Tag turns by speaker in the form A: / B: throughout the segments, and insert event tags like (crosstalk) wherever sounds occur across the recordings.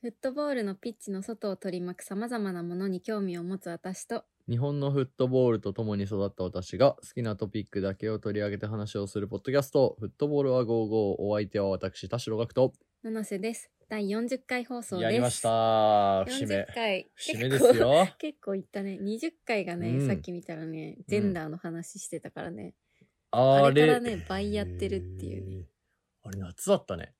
A: フットボールのピッチの外を取り巻く様々なものに興味を持つ私と、
B: 日本のフットボールと共に育った私が好きなトピックだけを取り上げて話をするポッドキャスト、フットボールは55、お相手は私、田代学と
A: 七瀬です。第40回放送です。
B: やりました。節目
A: 40。回。
B: 節目です
A: 結構。
B: よ。
A: (laughs) 結構いったね。20回がね、
B: うん
A: さっき見たらね、ジェンダーの話してたからね。
B: あ
A: あれからね倍やってるっていう
B: ね。あれ、夏だったね。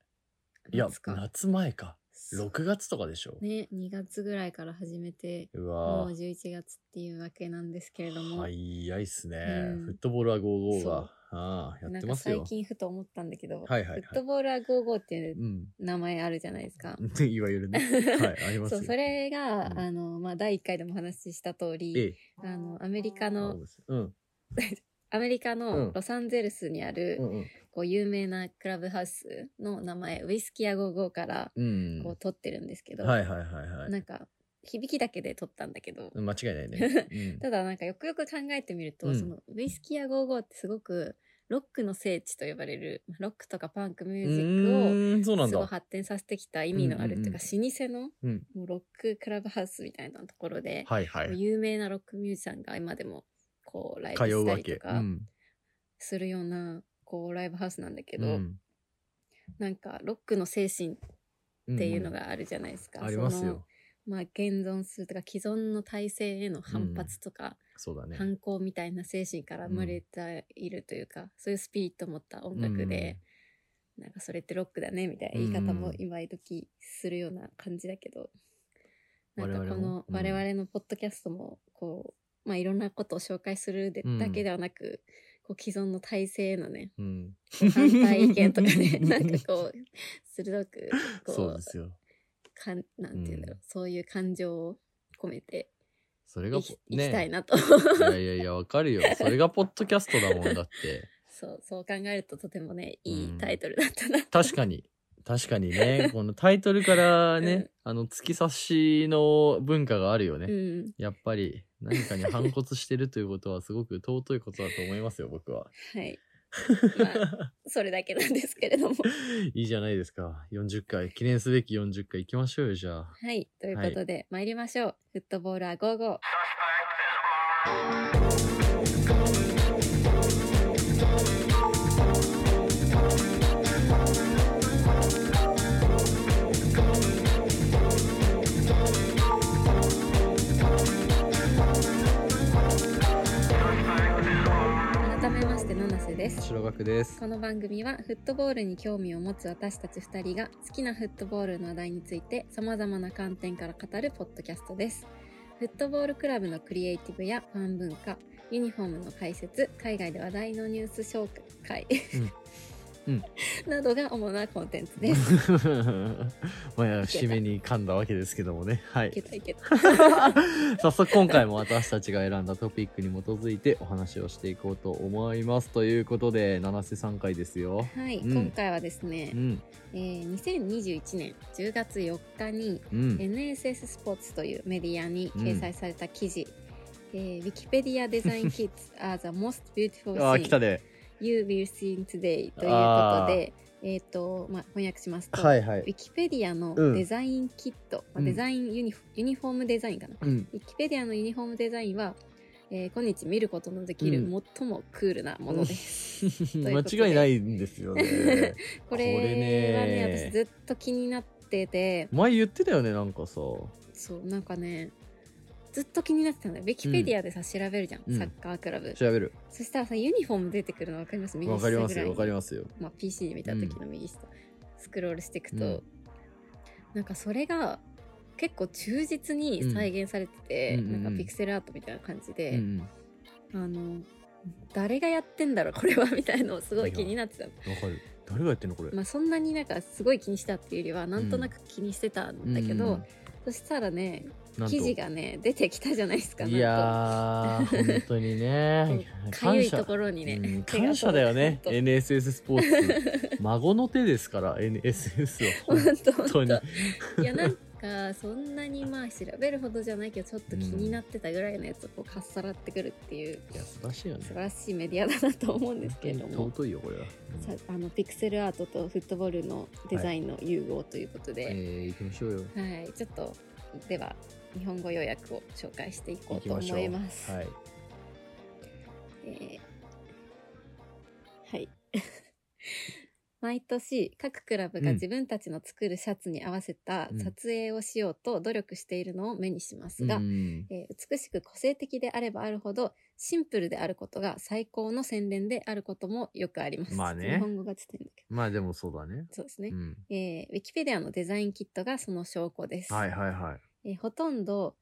B: いや
A: 夏、か
B: 夏前か。
A: そう
B: 6月とかでしょ。
A: ね、2月ぐらいから始めて、
B: う
A: も
B: わ
A: う
B: ぁ。
A: 11月っていうわけなんですけれども、
B: 早いっすね。
A: うん
B: フットボールは55
A: そ
B: が
A: う。
B: ああ、や
A: なん
B: っ
A: か
B: てますよ
A: 最。近ふと思ったんだけど、
B: はいはいはい
A: フットボールは55っていう
B: うん。
A: 名前あるじゃないですか。
B: (laughs) いわゆるね。はい、ありま
A: (laughs) そ
B: すよ。
A: う、それが、
B: うん
A: あの、まあ、第1回でもお話しした通
B: え
A: り、
B: え、
A: あの、アメリカ
B: あ
A: の
B: そう、ですうん。
A: アメリカ
B: う
A: の
B: ん
A: ロサンゼルスにある、
B: うんうん。
A: こう、有名なクラブハウスの名前、ウイスキーアゴーゴーから、
B: うん。
A: こう、取ってるんですけど、
B: はいはいはいはい。
A: なんか、響きだけで取ったんだけど、
B: 間違いな
A: (laughs)
B: いね。うん
A: ただなんか、よくよく考えてみると、
B: うん
A: その、ウイスキーアゴーゴーってすごく、ロックの聖地と呼ばれる、ロックとかパンクミュージックを、
B: うーんそうなん
A: すごい
B: だ。
A: 発展させてきた意味のあるっていうか、老舗
B: うん
A: のもうロッククラブハウスみたいなところで、
B: はいはい。
A: 有名なロックミュージシャンが今でもこうライブ
B: 通う
A: した
B: わ
A: り
B: け。
A: と
B: う
A: か
B: ん。
A: するようなこうライブハウスなんだけ
B: う
A: ど、
B: ん
A: なんかロックの精神っ
B: うん
A: ていうのがあるじゃないですか。
B: あります
A: その
B: よ。
A: まあ、現存するとか既存の体制への反発とか、
B: そうだね。
A: 反抗みたいな精神から生まれているというか、そういうスピリットを持った音楽で、なんかそれってロックだねみたいな言い方
B: うんう
A: も
B: ん
A: 今時するような感じだけど、なん
B: 我
A: か
B: 々
A: こ
B: も
A: の
B: うん
A: 我々のポッドキャストもこう、まあいろんなことを紹介するで、
B: うん
A: だけではなくこう既存の体制へのね
B: うん。うん
A: 反対意見とか
B: (laughs)
A: ねなんかこう鋭くこ
B: そう
A: う
B: ですよ。
A: かんなんていうんだろう、
B: うん
A: そういう感情を込めて
B: それが
A: い
B: ポ
A: き,、きたい
B: ね。
A: なと (laughs)
B: いやいやいや、わかるよ。それがポッドキャストだもん
A: (laughs)
B: だって。
A: そうそう考えるととてもねいい
B: うん
A: タイトルだったな、
B: 確かに。確かにね、このタイトルから
A: う
B: ね
A: ん、
B: あの、突き刺しの文化があるよね。
A: うん
B: やっぱり何かに反骨してるということはすごく尊いことだと思いますよ、僕は。 (laughs)
A: はい。まあ、それだけなんですけれども。
B: いいじゃないですか。40回、記念すべき40回行きましょうよ、じゃあ。
A: はい。ということで、参りましょう。フットボールは午後。改めまして、七瀬です。
B: 白学です。
A: この番組はフットボールに興味を持つ私たち2人が好きなフットボールの話題について様々な観点から語るポッドキャストです。フットボールクラブのクリエイティブやファン文化、ユニフォームの解説、海外で話題のニュース紹介、
B: うん
A: (laughs) などが主なコンテンツ
B: ま
A: です。
B: (laughs) あ、締めに噛んだわけですけどもね。はい
A: け
B: い。
A: たいけた。
B: (laughs) 早速今回も私たちが選んだトピックに基づいてお話をしていこうと思います。ということで、七瀬3回ですよ。
A: はい、
B: うん
A: 今回はですね
B: う、ん、
A: えー2021年10月4日に
B: うん。
A: NSS スポーツというメディアに掲載された記事、えー、Wikipedia Design Kids are the most beautiful
B: あー、来た
A: thing
B: で。
A: you will see today ということ
B: あー
A: で、えっ、と、まあ、翻訳しますと、
B: はいは
A: Wikipedia の
B: うん
A: デザインキット、ま
B: う
A: あ、
B: ん
A: デザインユニフォ、ユニフォームデザインかな。
B: うん。
A: Wikipedia のユニフォームデザインは、えー今日見ることのできる
B: う
A: 最もクールなものです。ということで
B: (laughs) 間違いないんですよね。
A: これは
B: これね
A: ね、私ずっと気になってて、
B: 前言ってたよね、なんかさ。
A: そうなんかねずっと気になってたんだよ。ウィキペディアでさ、調べるじゃん、
B: うん
A: サッカークラブ。
B: 調べる。
A: そしたらさ、ユニフォーム出てくるの分かります右
B: わか
A: 下ぐ
B: り
A: らい
B: ますよ、わかりますよ。
A: まあ、PC で見た時の右下、スクロールしていくと、
B: うん
A: なんかそれが結構忠実に再現されてて、
B: うんうんうん
A: なんかピクセルアートみたいな感じ
B: う
A: で、
B: ん
A: あの、誰がやってんだろう、これは、みたいのをすごい気になってたの。
B: うん。わかる。誰がやってんの、これ。
A: まあ、そんなになんかすごい気にしたっていうよりは、なんとなく気にしてたんだけど、
B: うん
A: そしたらね、
B: なんと
A: 記事がね、出てきたじゃないですか。
B: いやー、本当に
A: なん
B: ね
A: か。 (laughs) か
B: 感
A: ゆい
B: 謝
A: と。ころにね、
B: うん
A: 手が
B: 感謝だよね。
A: 届く
B: NSS スポーツ。孫の手ですから、NSS は。
A: 本当
B: 本当に。
A: いやなんがそんなにまあ調べるほどじゃないけどちょっと気になってたぐらいのやつをこうかっさらってくるっていう
B: いや、素晴らしいよね
A: 素晴。らしいメディアだなと思うんですけれど
B: 本当に
A: も
B: 尊いよ、これは。うん
A: さあのピクセルアートとフットボールのデザインの融合ということで、
B: えー、行きましょうよ。
A: はいちょっとでは日本語要約を紹介していこ
B: 行
A: うと
B: きま
A: 思
B: しょう。
A: います。
B: はい。
A: えーはい。 (laughs) 毎年各クラブが
B: うん
A: 自分たちの作るシャツに合わせた
B: うん
A: 撮影をしようと努力しているのを目にしますが、
B: うん
A: えー美しく個性的であればあるほどシンプルであることが最高の洗練であることもよくあります。
B: まあね
A: 日本語がちょっと変だけど。
B: まあでもそうだね。
A: そうですね
B: う。ん。
A: えーウィキペディアのデザインキットがその証拠です。
B: はいはいはい。
A: えーほとんど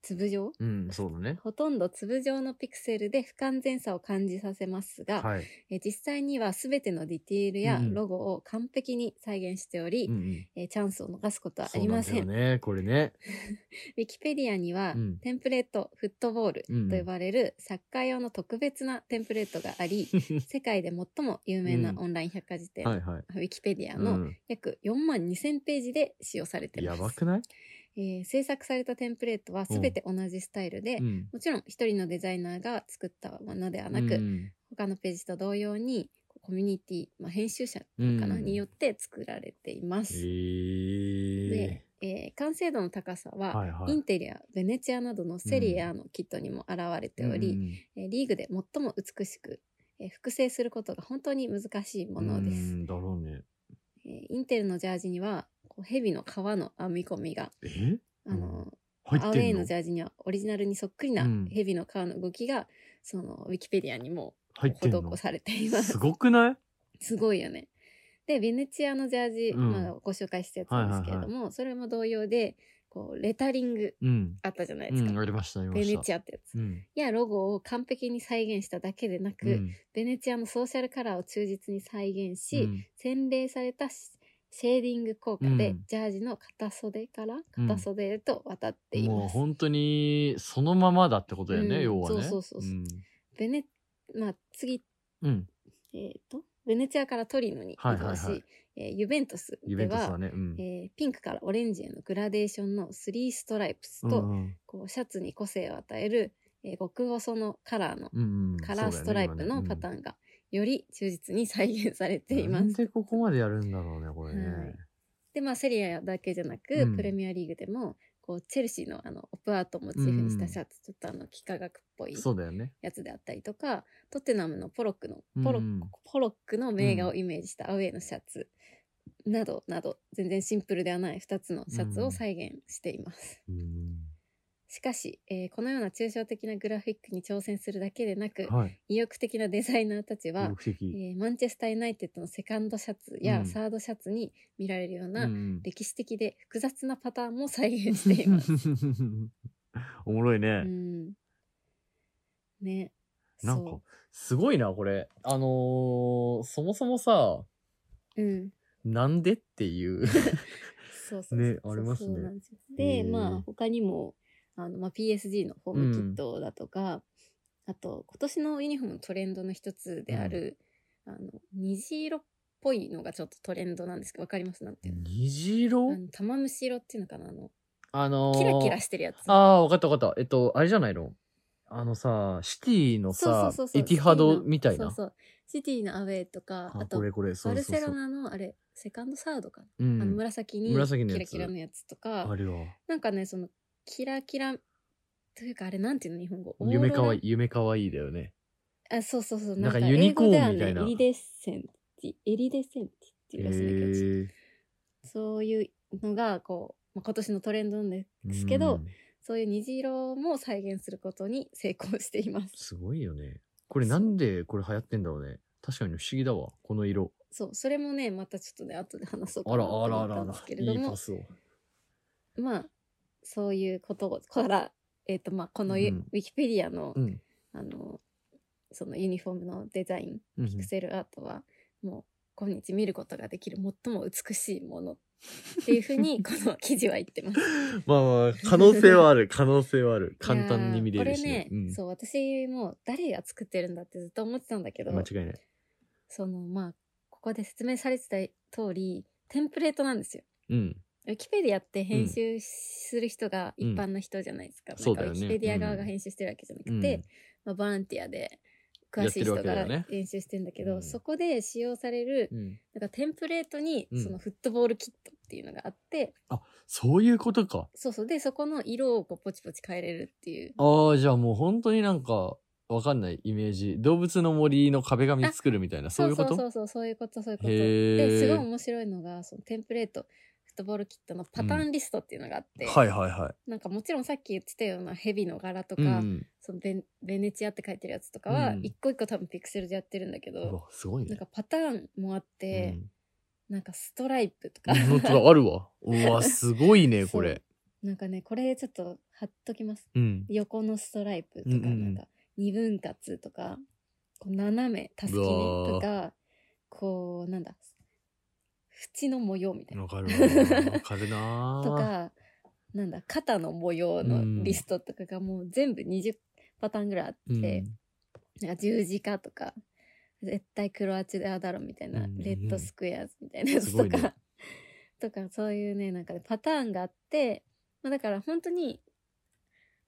A: 粒状
B: うん、そうだね。
A: ほとんど粒状のピクセルで不完全さを感じさせますが、
B: はい。
A: えー実際には全てのディティールや
B: うんうん
A: ロゴを完璧に再現しており、
B: うんうん。
A: えーチャンスを逃すことはあ
B: そう
A: り
B: な
A: ま
B: んだ
A: せ
B: よ
A: ん。
B: ね、これね。
A: ウィキペディアには、
B: うん
A: テンプレートフットボール
B: うん
A: と呼ばれる作家用の特別なテンプレートがあ
B: (laughs)
A: り、世界で最も有名な
B: うん
A: オンライン百科事典、
B: はいはい。
A: ウィキペディア
B: う
A: の
B: ん
A: 約4万2000ページで使用されていま
B: や
A: す。
B: ばくない
A: えー制作されたテンプレートは全て同じスタイル (laughs) で、
B: うん。
A: もちろん一人のデザイナーが作ったものではなく、
B: うん
A: 他のページと同様にコミュニティ、まあ、編集者
B: うん
A: かな、によって作られています。
B: え
A: で、えー完成度の高さは、
B: はいはい
A: インテリア、ベネチアなどのセリアのキットにも現れており、えーリーグで最も美しく、えー複製することが本当に難しいもので
B: う
A: す。
B: んだろうね。
A: えーインテルのジャージには、こう蛇の皮の編み込みが、
B: え
A: あの、
B: 入
A: ア
B: っ
A: ウ
B: て
A: ェイ
B: んの
A: のジャージにはオリジナルにそっくりな
B: うん
A: 蛇の皮の動きが、その、ウィキペディアにも
B: 入ってんの
A: 施されています。
B: すごくない
A: すごいよね。で、ベネチアのジャージ、
B: うん
A: まあ、ご紹介したやつなんですけれども、それも同様で、こう、レタリング
B: うん。
A: あったじゃないで
B: う
A: すか。
B: ん、ありました、ありま
A: ベ
B: した。
A: ネチアってやつ。
B: うん。
A: いや、ロゴを完璧に再現しただけでなく、
B: うん
A: ベネチアのソーシャルカラーを忠実に再現し、
B: うん
A: 洗練されたしシェーディング効果で、
B: うん
A: ジャージの片袖から
B: うん
A: 片袖へと渡ってい
B: もう
A: ます。
B: 本当にそのままだってことだよね、
A: うん
B: 要は
A: そう
B: ね。
A: そうそうそうんベネ、まあ、次、
B: うん。
A: えっ、と、ベネチアからトリノに移動し、
B: はいはいはい
A: えーユベントス
B: イ
A: で
B: ベント
A: は
B: さ、ね。うん。
A: えーピンクからオレンジへのグラデーションの3ストライプスと、こうシャツに個性を与える、えー極細のカラーのカラーストライプのパタ
B: ン
A: ーンがより忠実に再現されていま
B: なん
A: す。
B: でここまでやるんだろうね、これね。
A: はいでまあセリアだけじゃなく、
B: うん
A: プレミアリーグでもこうチェルシーのあのオプアートをモチーフにしたシャツ、ちょっとあの幾何学っぽい
B: そうだよね。
A: やつであったりとかトッテナムのポロックの
B: うん
A: ポロック,、ポロックの名画をイメージしたアウェイのシャツなどなど全然シンプルではない2つのシャツを再現しています。
B: うん。
A: しかし、えーこのような抽象的なグラフィックに挑戦するだけでなく、
B: はい。
A: 意欲的なデザイナーたち
B: 魅
A: は、
B: 力的。
A: えーマンチェスター・ユナイテッドのセカンドシャツ
B: う
A: や
B: ん
A: サードシャツに見られるよう
B: う
A: なん歴史的で複雑なパターンも再現しています。
B: (laughs) おもろいうね。
A: ん、ね。
B: なんか
A: そ、
B: すごいな、これ。あのー、そもそもさ、
A: う。うん。
B: なんでっていう。
A: (laughs) そうそうそう
B: ねありますね
A: そうなんですよで、
B: へー
A: まあ、他にも、あの、まあ、PSG のホームキットだとか、あと、今年のユニフォームのトレンドの一つである、あの、虹色っぽいのがちょっとトレンドなんですけど、わかりますなんていうの
B: 虹
A: あ
B: 色
A: の玉虫色っていうのかなあの、
B: あのー
A: キラキラしてるやつ。
B: ああ、わかったわかった。えっと、あれじゃないのあのさ、シティの
A: そうそ
B: さ
A: うそう、そう
B: エティハドみたいな
A: そう。そう。シティのアウェイとか、あ
B: あ、
A: と
B: こ、れこれ、そ
A: バ
B: うそ
A: ル
B: うそ
A: セロ
B: う。
A: ナの、あれ、セカンドサードかな、
B: う
A: あの
B: ん。
A: 紫に、
B: 紫のや
A: キ
B: つ
A: ラキラのやつとか、
B: あれは。
A: なんかね、その、キラキラ、というか、あれ、なんていうの、日本語。
B: 夢かわい
A: い。
B: い、夢かわいいだよね。
A: あ、そうそうそう。
B: なんか
A: 英語で
B: ユニコーン
A: はね
B: みたいな
A: エリデッセンティ、エリデッセンティっていうらしいんだけどちょっ
B: へ
A: と、そういうのが、こう、まあ今年のトレンドなんで
B: ー
A: すけど、
B: うん
A: そういう虹色も再現することに成功しています。 (laughs)
B: すごいよね。これなんでこれ流行ってんだろうね。確かに不思議だわ、この色。
A: そう、それもね、またちょっとね、後で話そうか
B: あ
A: な
B: ら
A: と
B: あら
A: 思
B: あ
A: っ
B: ら
A: た
B: あ
A: んで
B: ら
A: すけ。れ
B: い
A: ど
B: いパ
A: も、
B: スを。
A: まあ、そういうことをから、えっ、と、まあ、このゆ、
B: うん
A: ウィキペディアの、
B: うん。
A: あの、そのユニフォームのデザイン
B: うん
A: ピクセルアートはもう今日見ることができる最も美しいものっていうふう
B: (laughs)
A: にこの記事は言ってます。
B: まあまあ、可能性はある、可能性はある。簡単に見れる
A: い
B: し
A: やー
B: ね
A: こ。
B: う
A: れね、
B: ん
A: そう私も誰が作ってるんだってずっと思ってたんだけど
B: 間違いない。
A: そのまあここで説明されてた通りテンプレートなんですよ。
B: うん。
A: ウィキペディアって編集する人が一般の人じゃないですか。
B: うんそうだ
A: な
B: よ
A: ん
B: ね
A: かウィキペディア側が編集してるわけじゃな
B: うん
A: くて、まあ、ボランティアで詳しい人
B: やってるわけだよね
A: が編集してるんだけど、
B: うん
A: そこで使用される、
B: うん
A: なんかテンプレートに
B: うん
A: そのフットボールキットっていうのがあって、
B: そういうことか。
A: そうそう、で、そこの色をこうポチポチ変えれるっていう。
B: ああ、じゃあもう本当になんか、わかんないイメージ。動物の森の壁紙作るみたいな、そういうこ
A: そ
B: と
A: うそうそう、そういうこと、そういうこと。
B: へー
A: で、すごい面白いのが、そのテンプレート、フットボールキットのパターンリストっていうのがあって、
B: はいはいはい。
A: なんかもちろんさっき言ってたような蛇の柄とか、
B: うん。
A: そのベベネチアって書いてるやつとかは
B: うん
A: 一個一個多分ピクセルでやってるんだけ
B: う
A: ど、
B: わ、すごいね。
A: なんかパターンもあっ
B: う
A: て
B: ん、
A: なんかストライプとか、
B: 本当だ、あるわ。うわ、すごいね、
A: そう
B: これ。
A: なんかねこれちょっと貼っときます
B: うん。
A: 横のストライプと
B: うんうん
A: か、
B: うん
A: なんか二分割とかこう斜めたすきねとかこうなんだ縁の模様みたいな
B: わかる
A: (laughs)
B: わ。わかるなー
A: とかなんだ肩の模様のリストとかがもう全部20パターンぐらいあって、
B: うん。
A: なんか十字架とか、絶対クロアチアだろみたいな、
B: うんうんうん
A: レッドスクエアみたいなやつ
B: す
A: と
B: ご
A: か、
B: いね
A: (laughs) とかそういうね、なんかね、パターンがあって、まあだから本当に、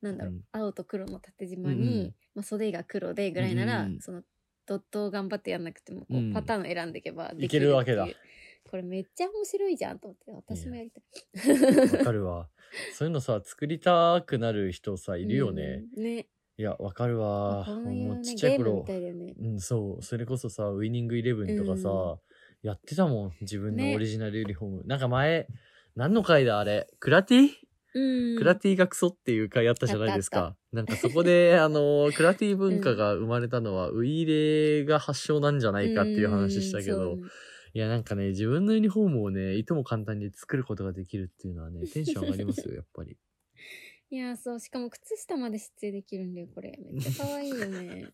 A: なんだろう、
B: うん
A: 青と黒の縦縞に、
B: うんうん
A: まあ袖が黒でぐらいなら、
B: うんうん
A: そのドットを頑張ってやんなくても、こ
B: うん
A: うパターンを選んでいけばで
B: い
A: き
B: け
A: る
B: る
A: っ
B: わ
A: てい
B: け
A: う
B: だ
A: これめっちゃ面白いじゃんと思って、私もやりたい。
B: わかるわ。そういうのさ、作りたくなる人さ、いるよね。
A: うん。ね。
B: いや、わかるわ。
A: こうい
B: も
A: う
B: うち
A: ね、
B: っちゃ
A: ゲ
B: い
A: ームみ
B: 頃
A: た。いだよね。
B: うん、そう。それこそさ、ウィニングイレブンとかさ、
A: う
B: やってたもん。自分の
A: ね
B: オリジナルユニフォーム。なんか前、何の回だあれ。クラティ、
A: うん。
B: クラティがクソっていう回あったじゃないです
A: あったあ
B: か。なんかそ
A: (laughs)
B: こで、あの、クラティ文化が生まれたのは、ウイイレが発祥なんじゃないかっていう話したけど、
A: うんそう
B: いや、なんかね、自分のユニフォームをね、いとも簡単に作ることができるっていうの
A: (laughs)
B: はね、テンション上がりますよ、やっぱり。
A: いやーそうしかも靴下まで指定できるんだよこれめっちゃ可愛いよ
B: (laughs)
A: ね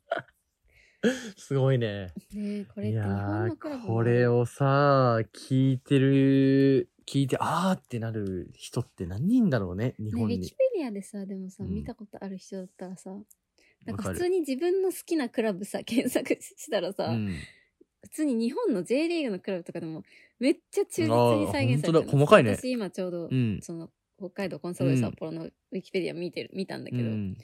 B: すごいね。
A: ねえこれっ
B: い
A: て日
B: や
A: 本
B: ー
A: のクラブ
B: これをさ、聞いてる、聞いて、あーってなる人って何人だろうね、日
A: ねウ
B: 本
A: ィキ
B: に
A: ペ。ディアでさでもさ、
B: うん
A: 見たことある人だったらさなんか
B: わか
A: 普
B: る
A: 通に自分の好きなクラブさ検索したらさ、
B: うん
A: 普通に日本の J リーグのクラブとかでもめっちゃ忠実に再現されてる
B: あーほんとだ細かいね
A: 私今ちょうど、
B: うん。
A: その北海道コンソール札幌のウィキペディア見てる見たんだけ
B: う
A: ど、
B: ん。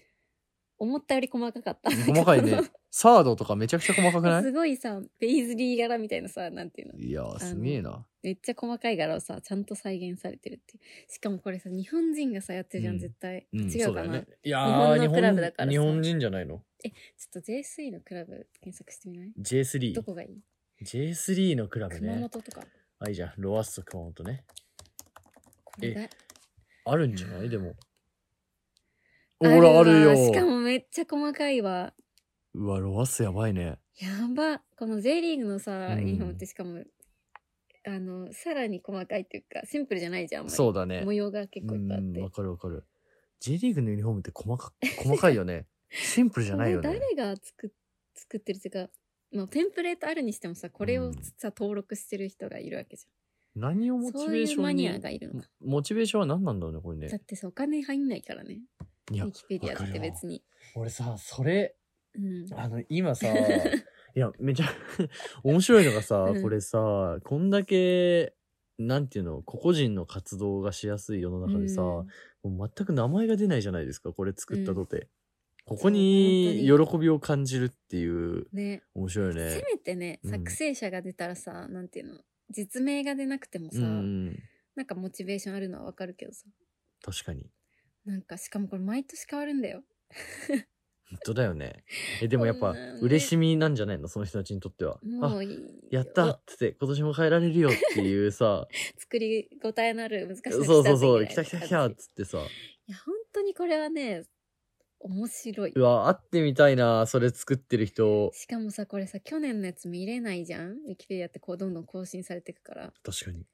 A: 思ったより細かかった
B: 細
A: (laughs)
B: かいね
A: なん。
B: サードとかめちゃくちゃ細かく
A: この (laughs)
B: な
A: す
B: い
A: ごいさベイズリー柄みたいなさなんていうの
B: いやー、すげえな。
A: めっちゃ細かい柄をさちゃんと再現されてるっていうしかもこれさ日本人がさやってるじゃん、
B: うん
A: 絶対、
B: うん、
A: 違
B: そうう
A: か
B: だ
A: な
B: よね。いやー、
A: 日本のクラブだからさ
B: 日本人じゃないの
A: ちょっと JSE のクラブ検索してみない
B: ?J3
A: ど。こがいい
B: J3 のクラブ
A: 熊
B: ね。
A: 本とか
B: あ、いいじゃん。ロアッソ熊本ね。
A: これだ
B: あるんじゃないでも。ほ
A: ある
B: ら、
A: わ
B: あるよ。
A: しかもめっちゃ細かいわ
B: うわ、ロアッソやばいね。
A: やばこの J リーグのさ、
B: うん
A: 日本ってしかもあのさらに細かいっていうかシンプルじゃないじゃんあんまり
B: そうだね。
A: 模様が結構いっぱいあっ
B: うん
A: て
B: わかるわかる J リーグのユニフォームって細か細かいよ
A: (laughs)
B: ねシンプルじゃないよ
A: これ
B: ね
A: 誰が作っ作ってるっていうか、まあ、テンプレートあるにしてもさこれ
B: う
A: を
B: ん
A: さ、登録してる人がいるわけじ
B: 何を
A: ゃん
B: モ
A: そ
B: チ
A: う
B: ベー
A: い
B: シ
A: う
B: ョ
A: マ
B: ンに
A: ニアがいるのか、
B: モチベーションは何なんだろうねこれ
A: だっ
B: ね
A: てさお金入んないからね
B: い
A: ウ
B: や
A: ィキペディアって別に
B: 俺さそれ
A: うん
B: あの今
A: (laughs)
B: さいやめちゃ面白いのがさ
A: うん
B: これさこんだけなんていうの個々人の活動がしやすい世の中でさ、
A: うん
B: もう全く名前が出ないじゃないですかこれ作ったとて、ここ
A: そう
B: に
A: 本
B: 喜びを感じるっていう
A: ね
B: 面白いよ
A: せ
B: ね
A: めてね
B: うん
A: 作成者が出たらさ、なんていうの実名が出なくてもさ、
B: うん
A: なんかモチベーションあるのはわかるけどさ
B: 確かに
A: なんかしかもこれ毎年変わるんだよ
B: 本当だよね。え、でもやっ
A: こ
B: ぱ
A: んなね、
B: 嬉しみなんじゃないのその人たちにとっては。
A: も
B: あ、
A: ういいよ
B: やったっつって、今年も帰られるよっていう
A: (laughs)
B: さ、
A: 作りごたえのある難しい
B: そう
A: の
B: そうそう、
A: 来
B: 来
A: た
B: た
A: ぜみいな
B: 来た来た
A: 感
B: っ
A: じ
B: つってさ、
A: いや本当にこれはね面白いう
B: わ、会ってみたいな、それ作ってる人。
A: しかもさこれさ去年のやつ見れないじゃんウィキペディアってこうどんどん更新されていくから
B: 確かに。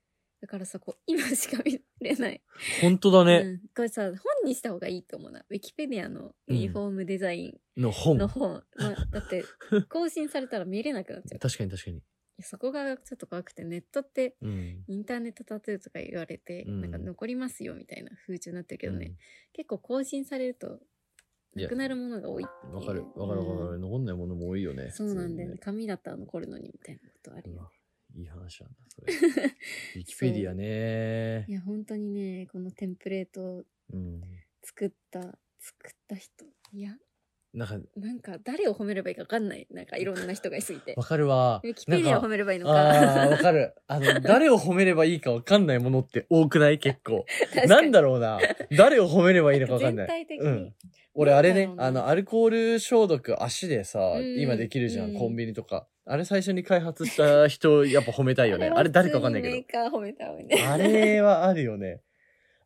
A: だからさこう (laughs) 今しか見れない、
B: 本当だ
A: う
B: (laughs) ね。
A: ん、これさ本にした方がいいと思うなウィキペディアのユニフォームデザイ
B: の
A: ン
B: 本。
A: の
B: 確
A: 本、まあ、だ
B: (laughs)
A: って更新されたら見れなくなっちゃうい
B: かに確かに。
A: やそこがちょっと怖くてネットって
B: うん。
A: インターネットタトゥーとか言われて、
B: うん
A: なんか残りますよみたいな風潮になってるけどね、
B: うん
A: 結構更新されると
B: い
A: な
B: や
A: くなるものが多いっていう
B: わかる、わかるわか
A: う
B: る。
A: ん
B: 残んないものも多いよね。
A: そうなんだよね
B: 普通
A: 紙だったら残るのにみたいなことある
B: に
A: よ
B: ねうわいいい話なんだ、
A: (laughs)
B: それ。ウィキペディアね
A: い。や本当にねこのテンプレートを
B: うん。
A: 作った作った人いや
B: なんか、
A: なんか誰を褒めればいいか分かんないなんかいろんな人がいすぎて
B: わかるわ。
A: ウィキペディアを褒
B: め
A: めればいいのか
B: ああ、わかる。あ
A: (laughs)
B: の、誰を褒めればいいかわかんないものって多くない結構。なんだろうな。誰を褒めればいいのかわかんな
A: 全体
B: い。
A: 的に
B: うん。俺あれね
A: な、んだろ
B: あ
A: うな
B: の、アルコール消毒足でさ
A: う、ん
B: 今できるじゃ、
A: うんん
B: コンビニとか。あれ最初に開発した人、やっぱ褒めたい
A: (laughs)
B: よね。あれ誰かわかんないけど
A: メ。ーカー褒めた方がいいね
B: あれはあるよね。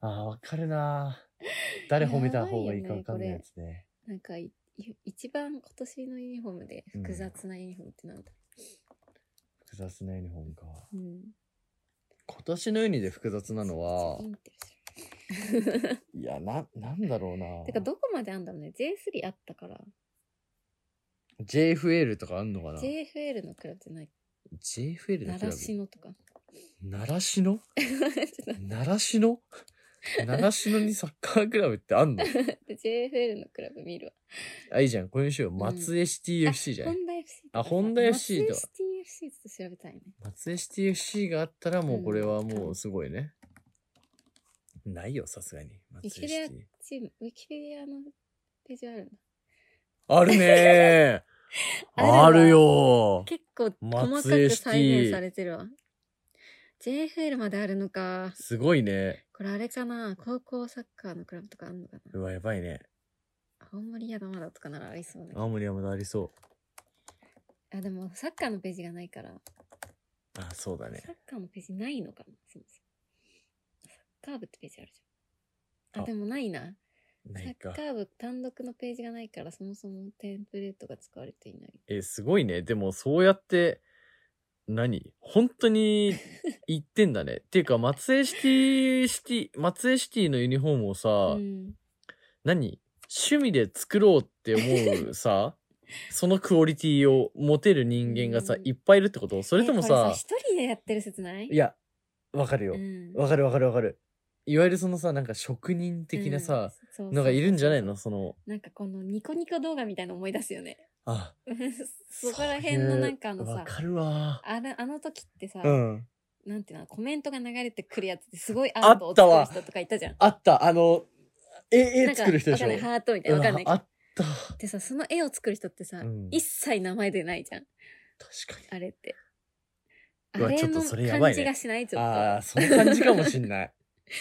B: ああ、わかるな。
A: (laughs)
B: 誰褒めた方がいいかわかんないやつね。
A: なんかいい一番今年のユニフォームで複雑なユニフォームってなんだ、
B: 複雑なユニフォームか。
A: うん、
B: 今年のユニで複雑なのは
A: イ、ンテルす
B: いや、な、なんだろうな
A: る。てかどこまであんだろうね J3 あったから
B: JFL とかあんのかな
A: JFL のクラブじゃない
B: ?JFL のク
A: 習
B: ラ
A: 志野とか (laughs)
B: ブ習志野
A: ちょっと
B: 習志野習志野にサッカークラブってあんの
A: 待って JFL のクラブ見るわ
B: あ、いいじゃん。これにしよう。
A: ん
B: 松江シティ FC じゃ
A: あ
B: ん。
A: ホンダ FC
B: あホンダ FC
A: と
B: と
A: かさ松江シティ FC ちょっと調べたいね
B: 松江シティ FC があったらもうこれはもうすごいね。ないよ、さすがに。松江シテ
A: いけ
B: ィ。
A: チームウィキペディアのページあるんだ
B: あるねー
A: (laughs) あ
B: あ
A: るわ
B: るよー
A: 結構細か
B: 松江
A: く
B: シティ
A: 再現されてるわ JFL まであるのか
B: すごいね。
A: これあれかな高校サッカーのクラブとかあんのかな
B: うわ、やばいね。
A: 青森山田とかならありそうだけど
B: 青森はまだありそ
A: あでもサッカーのページがないから
B: う。あ、そうだね
A: サ。ッカーのページないのかなそもそもサッカー部ってページあるじゃんあ
B: あ
A: でもないな
B: な
A: サ
B: い
A: ッ
B: か
A: カ。ー部単独のページがないからそもそもテンプレートが使われていない
B: え、すごいね。でもそうやって、何本
A: (laughs)
B: 当に言ってんだね。っていうか、松江シティ、シティ、松江シティのユニフォームをさ、
A: うん、
B: 何趣味で作ろうって思
A: (laughs)
B: うさ、そのクオリティを持てる人間がさ
A: う、ん
B: いっぱいいるってことそ
A: そ
B: れともさ、
A: 一人でやってる説ない
B: いや、わかるよ
A: う。ん、
B: わかるわかるわかる。いわゆるそのさ、なんか職人的な
A: うん
B: さ、、
A: そうそう
B: のがいるんじゃないのその、
A: なんかこのニコニコ動画みたいなの思い出すよね (laughs)
B: あ、
A: そこら辺のなんかあの
B: そういう
A: さ
B: わかるわ。
A: あらあの時ってさ、
B: うん。
A: なんていうのコメントが流れてくるやつってすごい
B: あ
A: ア
B: っ
A: ートを
B: た
A: 作
B: わ
A: る人とかいたじゃん。
B: あった、あの、絵、
A: な
B: 絵
A: んか
B: 作る人でしょ
A: わかんないハートみたいなわかんないけ
B: あ
A: ど。
B: った。
A: でさその絵を作る人ってさ、
B: うん
A: 一切名前出ないじゃん
B: 確か
A: あれって。あ
B: うわ
A: れ
B: ちょっ
A: の
B: とそれやば
A: 感
B: いね
A: じがしないち
B: に。
A: ょっと
B: ああ、その感じかもし
A: (laughs)
B: んない。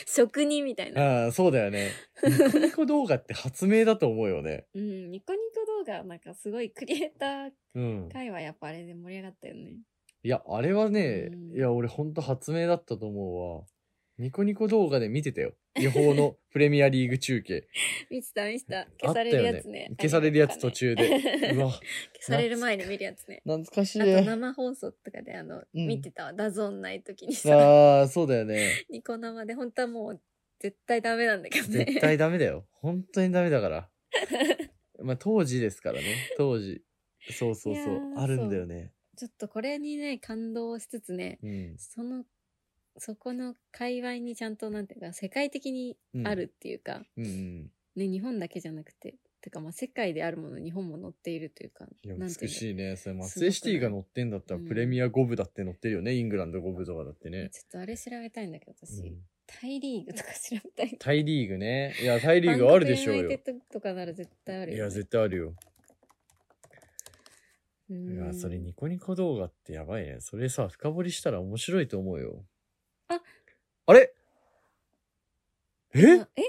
A: 職人みたいな。
B: ああ、そうだよね。ニコニコ動画って発明だと思うよね。
A: うん、ニコニコ動画なんかすごいクリエイター
B: うん。
A: 界はやっぱあれで盛り上がったよね。
B: いや、あれはね、
A: うん
B: いや、俺ほんと発明だったと思うわ。ニコニコ動画で見
A: (laughs)
B: てたよ。違法のプレミアリーグ中継。
A: 見てた見てた。
B: あ
A: 消
B: った
A: さ
B: よね
A: れるやつね。
B: 消されるやつ途中で
A: (laughs) あれなんかね
B: うわ、
A: 消される前に見るやつね。
B: 懐かし
A: あ
B: い。
A: と生放送とかであの、
B: ん
A: 見てたわ。ダゾーンない時にさ。
B: ああ、そうだ
A: (laughs)
B: よね。
A: ニコ生で本当はもう絶対ダメなんだけどね。
B: 絶対ダメだよ。本当にダメだ
A: (laughs)
B: から。まあ、当時ですからね。当時。そうそうそ
A: いうや。ー
B: あるんだよね。
A: (laughs) ちょっとこれにね、感動しつつね、
B: うん。
A: その、そこの界隈にちゃんと、なんていうか、世界的に
B: うん
A: あるっていうか、
B: うんうん。
A: ね、日本だけじゃなくて、てかまあ世界であるもの日本も載っているというか、
B: いや、
A: なんて
B: 美
A: いうんだろ
B: しいね。それ、松江シティが乗ってんだったら、
A: うん
B: プレミア5部だって乗ってるよね。イングランド5部とかだって
A: う
B: ね。
A: ちょっとあれ調べたいんだけど、私、
B: うん
A: タイリーグとか調べたい。
B: タイリーグね。いや、タイリーグあるでしょう
A: バンク。
B: よ
A: トユナイテッドとかなら絶対ある
B: い
A: よ、
B: や、
A: ね。
B: 絶対あるよ。
A: う
B: い
A: ん
B: や、それニコニコ動画ってやばいね。それさ、深掘りしたら面白いと思うよ。
A: あ
B: あれえ
A: あえ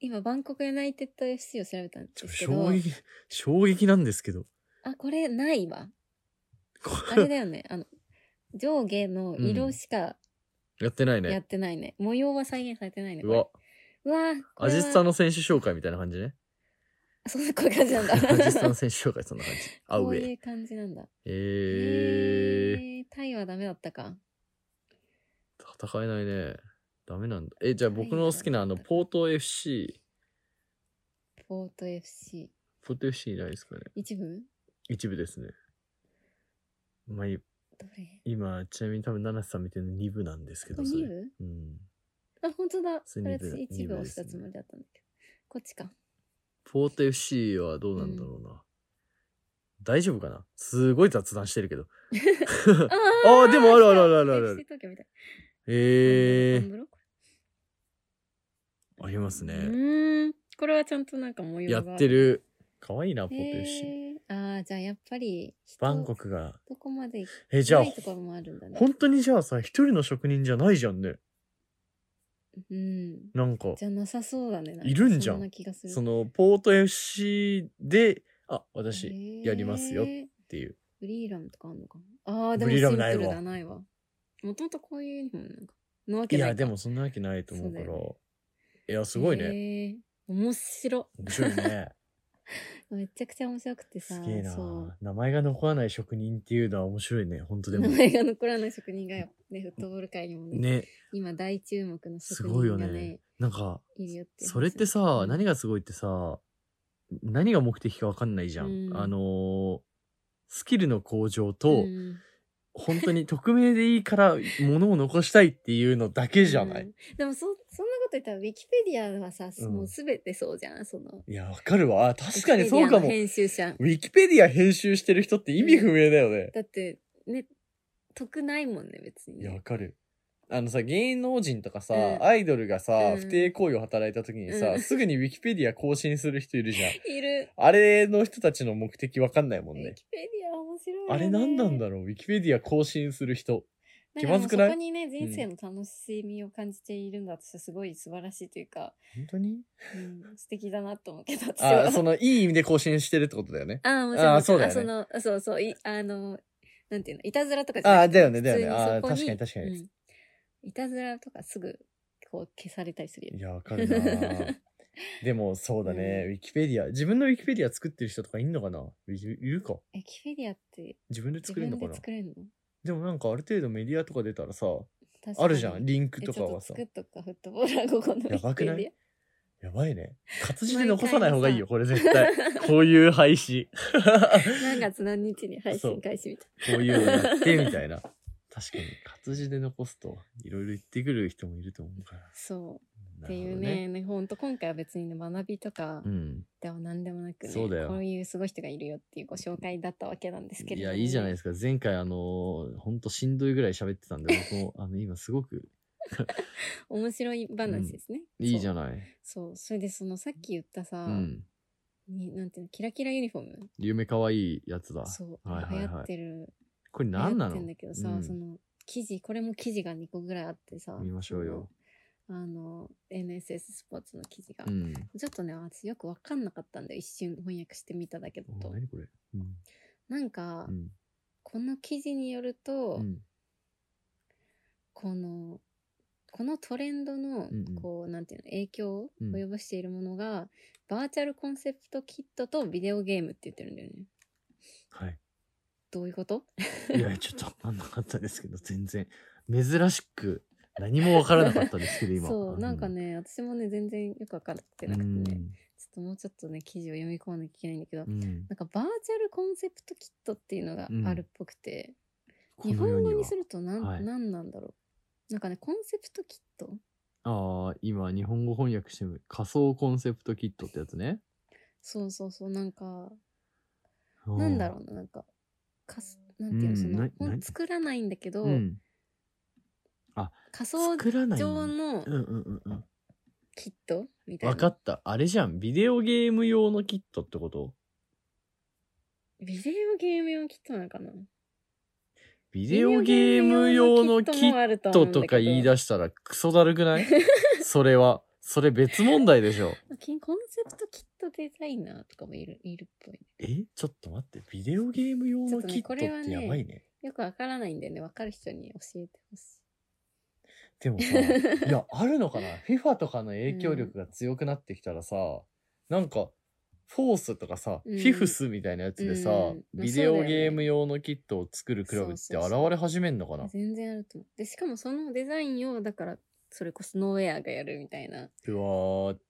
A: 今、バンコクユナイテッド FC を調べたんで
B: ち
A: す
B: ょ
A: けど
B: 衝、撃、衝撃なんですけど。
A: あ、これないわ。
B: こ
A: あれ
B: れ
A: だよ (laughs) ね。あの、上下の色しか
B: (laughs) やってな
A: や
B: いね
A: っ。てないね。模様は再現されてないね。
B: う
A: これ
B: わ、
A: うわ
B: アジスタ
A: の。
B: の選手紹介みたいな感じね。
A: そんなこういう感じ (laughs) なんだ。
B: アジスタの選手紹介そんな感じ。
A: (laughs)
B: ア
A: こ
B: ウ
A: う
B: ェ
A: い
B: イ。
A: う感じなんだ。
B: えー、
A: へータイはダメだったか。
B: 戦えないね。ダメなんだ。え、じゃあ僕の好きなあの、ポート FC。
A: ポート FC。
B: ポート FC いないですかね。
A: 一部
B: 一部ですね。まあ、い
A: どれ
B: 今、ちなみに多分、七瀬さん見てるの2部なんですけ
A: こ
B: ど、
A: れ
B: それ
A: 二部
B: うん。
A: あ、本当だ。こ
B: それ
A: れ
B: 二部
A: 私一部
B: 二部
A: 押
B: で
A: した
B: すね
A: つもりだったんだけど。こっちか。
B: ポート FC はどうなんだろうな。大丈夫かなすごい雑談してるけど。
A: あ
B: あーでもあるあるあるあるある
A: FC 東京みたい。
B: え
A: 半
B: え
A: ブロック
B: あります
A: う
B: ね。
A: ーん。これはちゃんとなんか模様
B: や
A: が。
B: ってる。かわいいな、ポ
A: へ
B: ップし。
A: ー。ああ、じゃあやっぱり、
B: バンコ。クが。
A: どこまで行く
B: え、じゃあ
A: ない、ところもあるんだね。
B: 本当にじゃあさ、一人の職人じゃないじゃんね。
A: うん。
B: なんか、
A: じゃなさそうだね。
B: いるんじゃん
A: そな気がする。
B: その、ポート FC で、あ、私、
A: へー
B: やりますよっていう。
A: ブリーラムとかあんのかなああ、でも
B: ブ
A: シ
B: リ
A: ン
B: ー
A: プ
B: ラ
A: ル
B: ムないわ
A: だ、ないわ。もともとこういうユニフォームなんか。のわ
B: い
A: けないか
B: や、でも、そんなわけないと思うから。
A: そうだ
B: いや、すごいね。
A: ね。面白。
B: 面白いね。
A: めちゃくちゃ面白くてさ、
B: すげえな
A: そう。
B: 名前が残らない職人っていうのは面白いね。本当で
A: 名
B: も。
A: 前が残らない職人がよ、ね、フットボール界にもね、
B: ね、
A: 今大注目の
B: す
A: 職
B: ごい
A: 人
B: よ
A: が
B: ね
A: ね、。
B: なんか、
A: いるよって。
B: それってさ、何がすごいってさ、何が目的かわかんないじゃん。
A: うん
B: あのースキルの向上
A: う
B: と、
A: ん
B: 本当に匿名でいいから物を残したいっていうのだけじゃない。
A: うんでもそ、そんなこと言ったら、ウィキペディアはさ、
B: うん
A: もうすべてそうじゃん、その。
B: いや、わかるわ。あ確かにそう
A: ウィキペディア
B: か
A: の
B: も。
A: 編集者。
B: ウィキペディア編集してる人って意味不明だよね。
A: だって、ね、得ないもんね、別に
B: いや、わ
A: ね。
B: かる。あのさ、芸能人とかさ、
A: うん
B: アイドルがさ、
A: うん
B: 不定行為を働いた時にさ、
A: うん
B: すぐにウィキペディア更新する人いるじゃん。
A: いる。
B: あれの人たちの目的わかんないもん
A: ウィ
B: ね。
A: キペディア面白いよ、ね。
B: あれ何なんだろうウィキペディア更新する人。
A: なんか
B: 気まずくない
A: もうそこにね、人生の楽しみを感じているんだとして、すごい素晴らしいというか、
B: 本当に
A: うん、素敵だなと思うけど、私は
B: あ、その、いい意味で更新してるってことだよね。
A: あーもち
B: あ
A: ろ
B: ー
A: ん。
B: そうだよね
A: あその、あそうそう、い、あの、なんていうの、いたずらとかじゃ
B: あ
A: (laughs) な
B: あ、
A: く
B: だ
A: て
B: よね、だよね。ああー、
A: 普通
B: 確
A: に
B: か
A: そこ
B: に確かに。
A: うんいたずらとかすぐ、こう消されたりするよ
B: い
A: ね。
B: や、わかるな
A: (laughs)
B: ーでも、そうだね、ウィキペディア。自分のウィキペディア作ってる人とかいんのかなウィキいるか
A: ウィキペディアって
B: 自分で
A: 自
B: 作れるの
A: 分
B: か
A: で
B: な
A: 作れるの
B: でもなんかある程度メディアとか出たらさ、
A: 確かに
B: あるじゃん、リンク
A: え
B: とかはさ
A: ち。ょっと作っとくか、フットボールはここの
B: やばくない
A: ウィキペディア
B: やばいね。活字で残さない方がいいよ、これ絶対。
A: (laughs)
B: こういう配信。
A: 何月何日に配信開始みたい
B: こういうのやって、みたいな。確かに、活字で残すと、いろいろ言ってくる人もいると思うから。
A: な。そう。っ
B: な
A: て
B: るほ
A: いう
B: ど
A: ね、ねほんと今回は別にね、学びとか
B: うん。
A: では何でもなくね、
B: そうだよ
A: こういうすごい人がいるよっていうご紹介だったわけなんですけれ
B: い
A: ども
B: や、
A: ね、
B: いいじゃないですか。前回、あのー、ほんとしんどいぐらい喋ってたんで、僕も、あ (laughs) の、今すごく
A: 面白い話ですね。
B: いいじ
A: ゃん
B: ゃない。
A: そう、それでそのさっき言ったさ、
B: うん。
A: になんていうの、キラキラユニフォーム
B: 夢かわいいやつだ。
A: そう、
B: はいはいは
A: 流
B: い
A: 行ってる。
B: これ何な
A: 流行って
B: の
A: んだけどさ、
B: うん
A: その記事、これも記事が2個ぐらいあってさ、
B: 見ましょうよ
A: その。あの、NSS スポーツの記事が。
B: うん。
A: ちょっとね、私よくわかんなかったんだよ。一瞬翻訳してみただけだ
B: お
A: と。
B: 何これ。うん。
A: なんか、
B: うん。
A: この記事によると、
B: うん。
A: この、このトレンドの
B: んうん、
A: こう、なんていうの、影響を
B: うん
A: 及ぼしているものが、バーチャルコンセプトキットとビデオゲームって言ってるんだよね。
B: はい。
A: どういうこと
B: いや、ちょっとわかんなかったですけど、全然。珍しく、何もわからなかったですけど、今。
A: そう、
B: あの
A: なんか、ね、私もね、全然よくわかってなくてね、ちょっともうちょっとね、記事を読み込まなきゃいけないんだけど、
B: うん。うん
A: なんかバーチャルコンセプトキットっていうのがあるっぽくて、
B: こ
A: 日
B: の世
A: 本語
B: は
A: にするとなん、
B: はい
A: なんなんだろう。なんかね、コンセプトキット
B: ああ、今、日本語翻訳してみる。仮想コンセプトキットってやつね。
A: そうそうそう、なんか、
B: う
A: なんだろうな、なんか、かす、なんていうの、
B: うん
A: その
B: な、
A: ほん
B: な
A: 作らないんだけど、
B: うん。
A: 仮想
B: 作らない。
A: 上
B: うん
A: の
B: うんうんうん。
A: キットみたい
B: わか
A: な。
B: った。あれじゃん。ビデオゲーム用のキットってこと
A: ビデオゲーム用キットなのかな
B: ビデオゲーム用のキッ
A: ッ
B: トとか言
A: し
B: い出したらクソだるくないそれは。それ別問題でしょ。
A: コンセプトキットデザイナーとかもいるいるっぽい、ね。
B: えちょっと待って。ビデオゲーム用
A: ちょ
B: の
A: っとね
B: キット
A: こ
B: っ
A: れはね
B: てやばいね。
A: よくわからないんだよね。わかる人に教えてほし (laughs)
B: でもさ、いや、あるのかな ?FIFA とかの影響力が強くなってきたらさ、なんか、フォースとかさ、
A: うん
B: フィフスみたいなやつでさ、
A: うん。
B: ビデオゲーム用のキットを作るクラブって現れ始めんのかない
A: 全然あると思う。で、しかもそのデザインを、だから、それこそノーウェアがやるみたいな
B: うわー、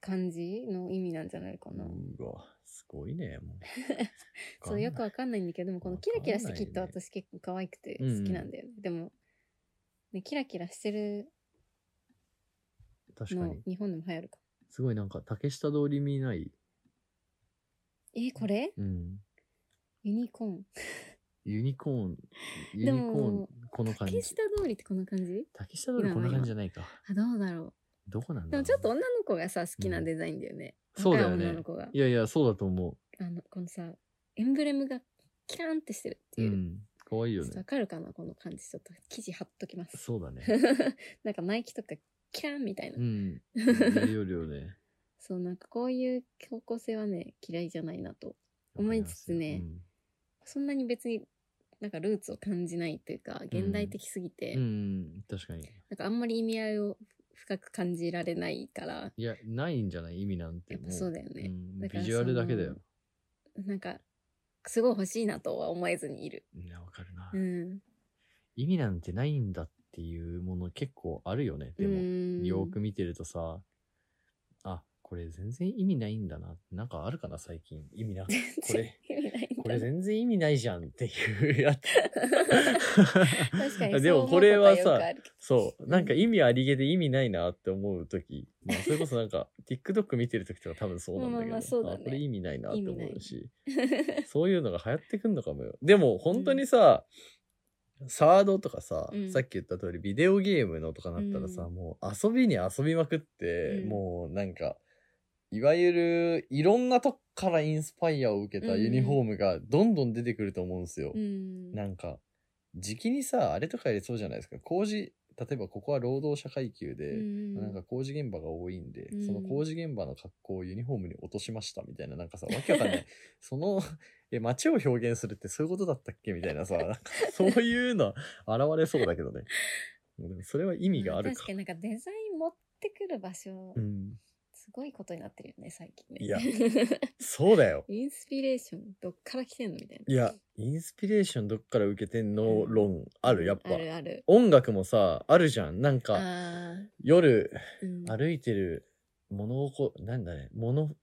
A: 感じの意味なんじゃないかな。
B: うわ、すごいね、もう。
A: (laughs) そう、よくわかんないんだけど、でもこのキラキラしたキット
B: わかんない
A: 私結構可愛くて好きなんだよね。でも、ね、キラキラしてる
B: 確か
A: の
B: に。
A: 日本でも流行るか。
B: すごいなんか、竹下通り見ない。
A: えーこれ
B: うん。
A: ユニコーン。
B: ユニコーン、ユ
A: で
B: ニコーン
A: も、、
B: この感じ
A: 竹。下通りってこんな感じ
B: 竹下通りこんな感じじゃないか。
A: あ、どうだろ
B: どこなん
A: う。でも
B: だろう
A: ちょっと女の子がさ、好きなデザインだよね。
B: そうだよ
A: 若い女
B: ね
A: の。子が。
B: いやいや、そうだと思
A: あの、このさ、エンブレムがキラーンってしてるって
B: う。う
A: いう。
B: ん。かわいい
A: ちょ
B: よ
A: っとわ
B: ね。
A: かるかなこの感じ。ちょっと記事貼っときます。
B: そうだ
A: (laughs)
B: ね。
A: なんかナイキとかキラーンみたいな。
B: うん。やるよりよね。
A: そう、なんかこういう強硬性はね、嫌いじゃないなと。思いつつねそんなに別になんかルーツを感じないというか、現代的すぎて、
B: うん。うん、確かに。
A: なんかあんまり意味合いを深く感じられないから、
B: いや、ないんじゃない意味なんて。
A: やっぱ
B: も
A: そうだよね
B: ん
A: だから
B: ビジュアルだけだよ。
A: なんか、すごい欲しいなとは思えずにいる。
B: いや、わかるな、
A: うん。
B: 意味なんてないんだっていうもの結構あるよね。で
A: う
B: も、
A: ん
B: よく見てるとさ、あ、これ全然意味ないんだな。なんかあるかな、最近。意味
A: (laughs)
B: な。これ、
A: 全然意味ないんだ
B: これ全然意味ないじゃんってい
A: (laughs)
B: うやつ。
A: 確かにそう思うことは
B: でもこれは
A: よく
B: さ、
A: あるけど
B: そう。なんか意味ありげで意味ないなって思うとき、まあそれこそな
A: (laughs)
B: んか TikTok 見てるときとか多分そうなんだけど、
A: まあまあそうだね
B: あこれ意味ないなって
A: 意味な
B: 思
A: いう
B: し、そういうのが流行ってくんのかもよ。でも本当にさ、サードとかさ、
A: うん
B: さっき言った通りビデオゲームのとかなったらさ、
A: うん
B: もう遊びに遊びまくって、
A: うん
B: もうなんか、いわゆるいろんなとこからインスパイアを受けたユニフォームがどんどん出てくると思うんですよ。
A: うん。
B: なんか、時期にさ、あれとかやりそうじゃないですか。工事、例えばここは労働者階級
A: う
B: で、
A: ん
B: なんか工事現場が多いんで、
A: うん
B: その工事現場の格好をユニフォームに落としましたみたいな、なんかさ、わけわ
A: (laughs)
B: かんない。その、 (laughs) え、街を表現するってそういうことだったっけみたい
A: (laughs)
B: なさ、なんかそういうの現れそうだけどね。でもそれは意味がある
A: ま
B: か
A: 確か。になんかデザイン持ってくる場所
B: う、ん。
A: すごいことになってるよね、最近ね。
B: いやそうだよ。
A: (laughs) インスピレーション、どっから来てんのみたいな。
B: いや、インスピレーションどっから受けてんの論ある、やっぱ
A: あ。るある。
B: 音楽もさ、あるじゃん。なん
A: あ
B: か、
A: あ
B: 夜、
A: ー、うん、
B: 歩いてるものをこうなんだねもの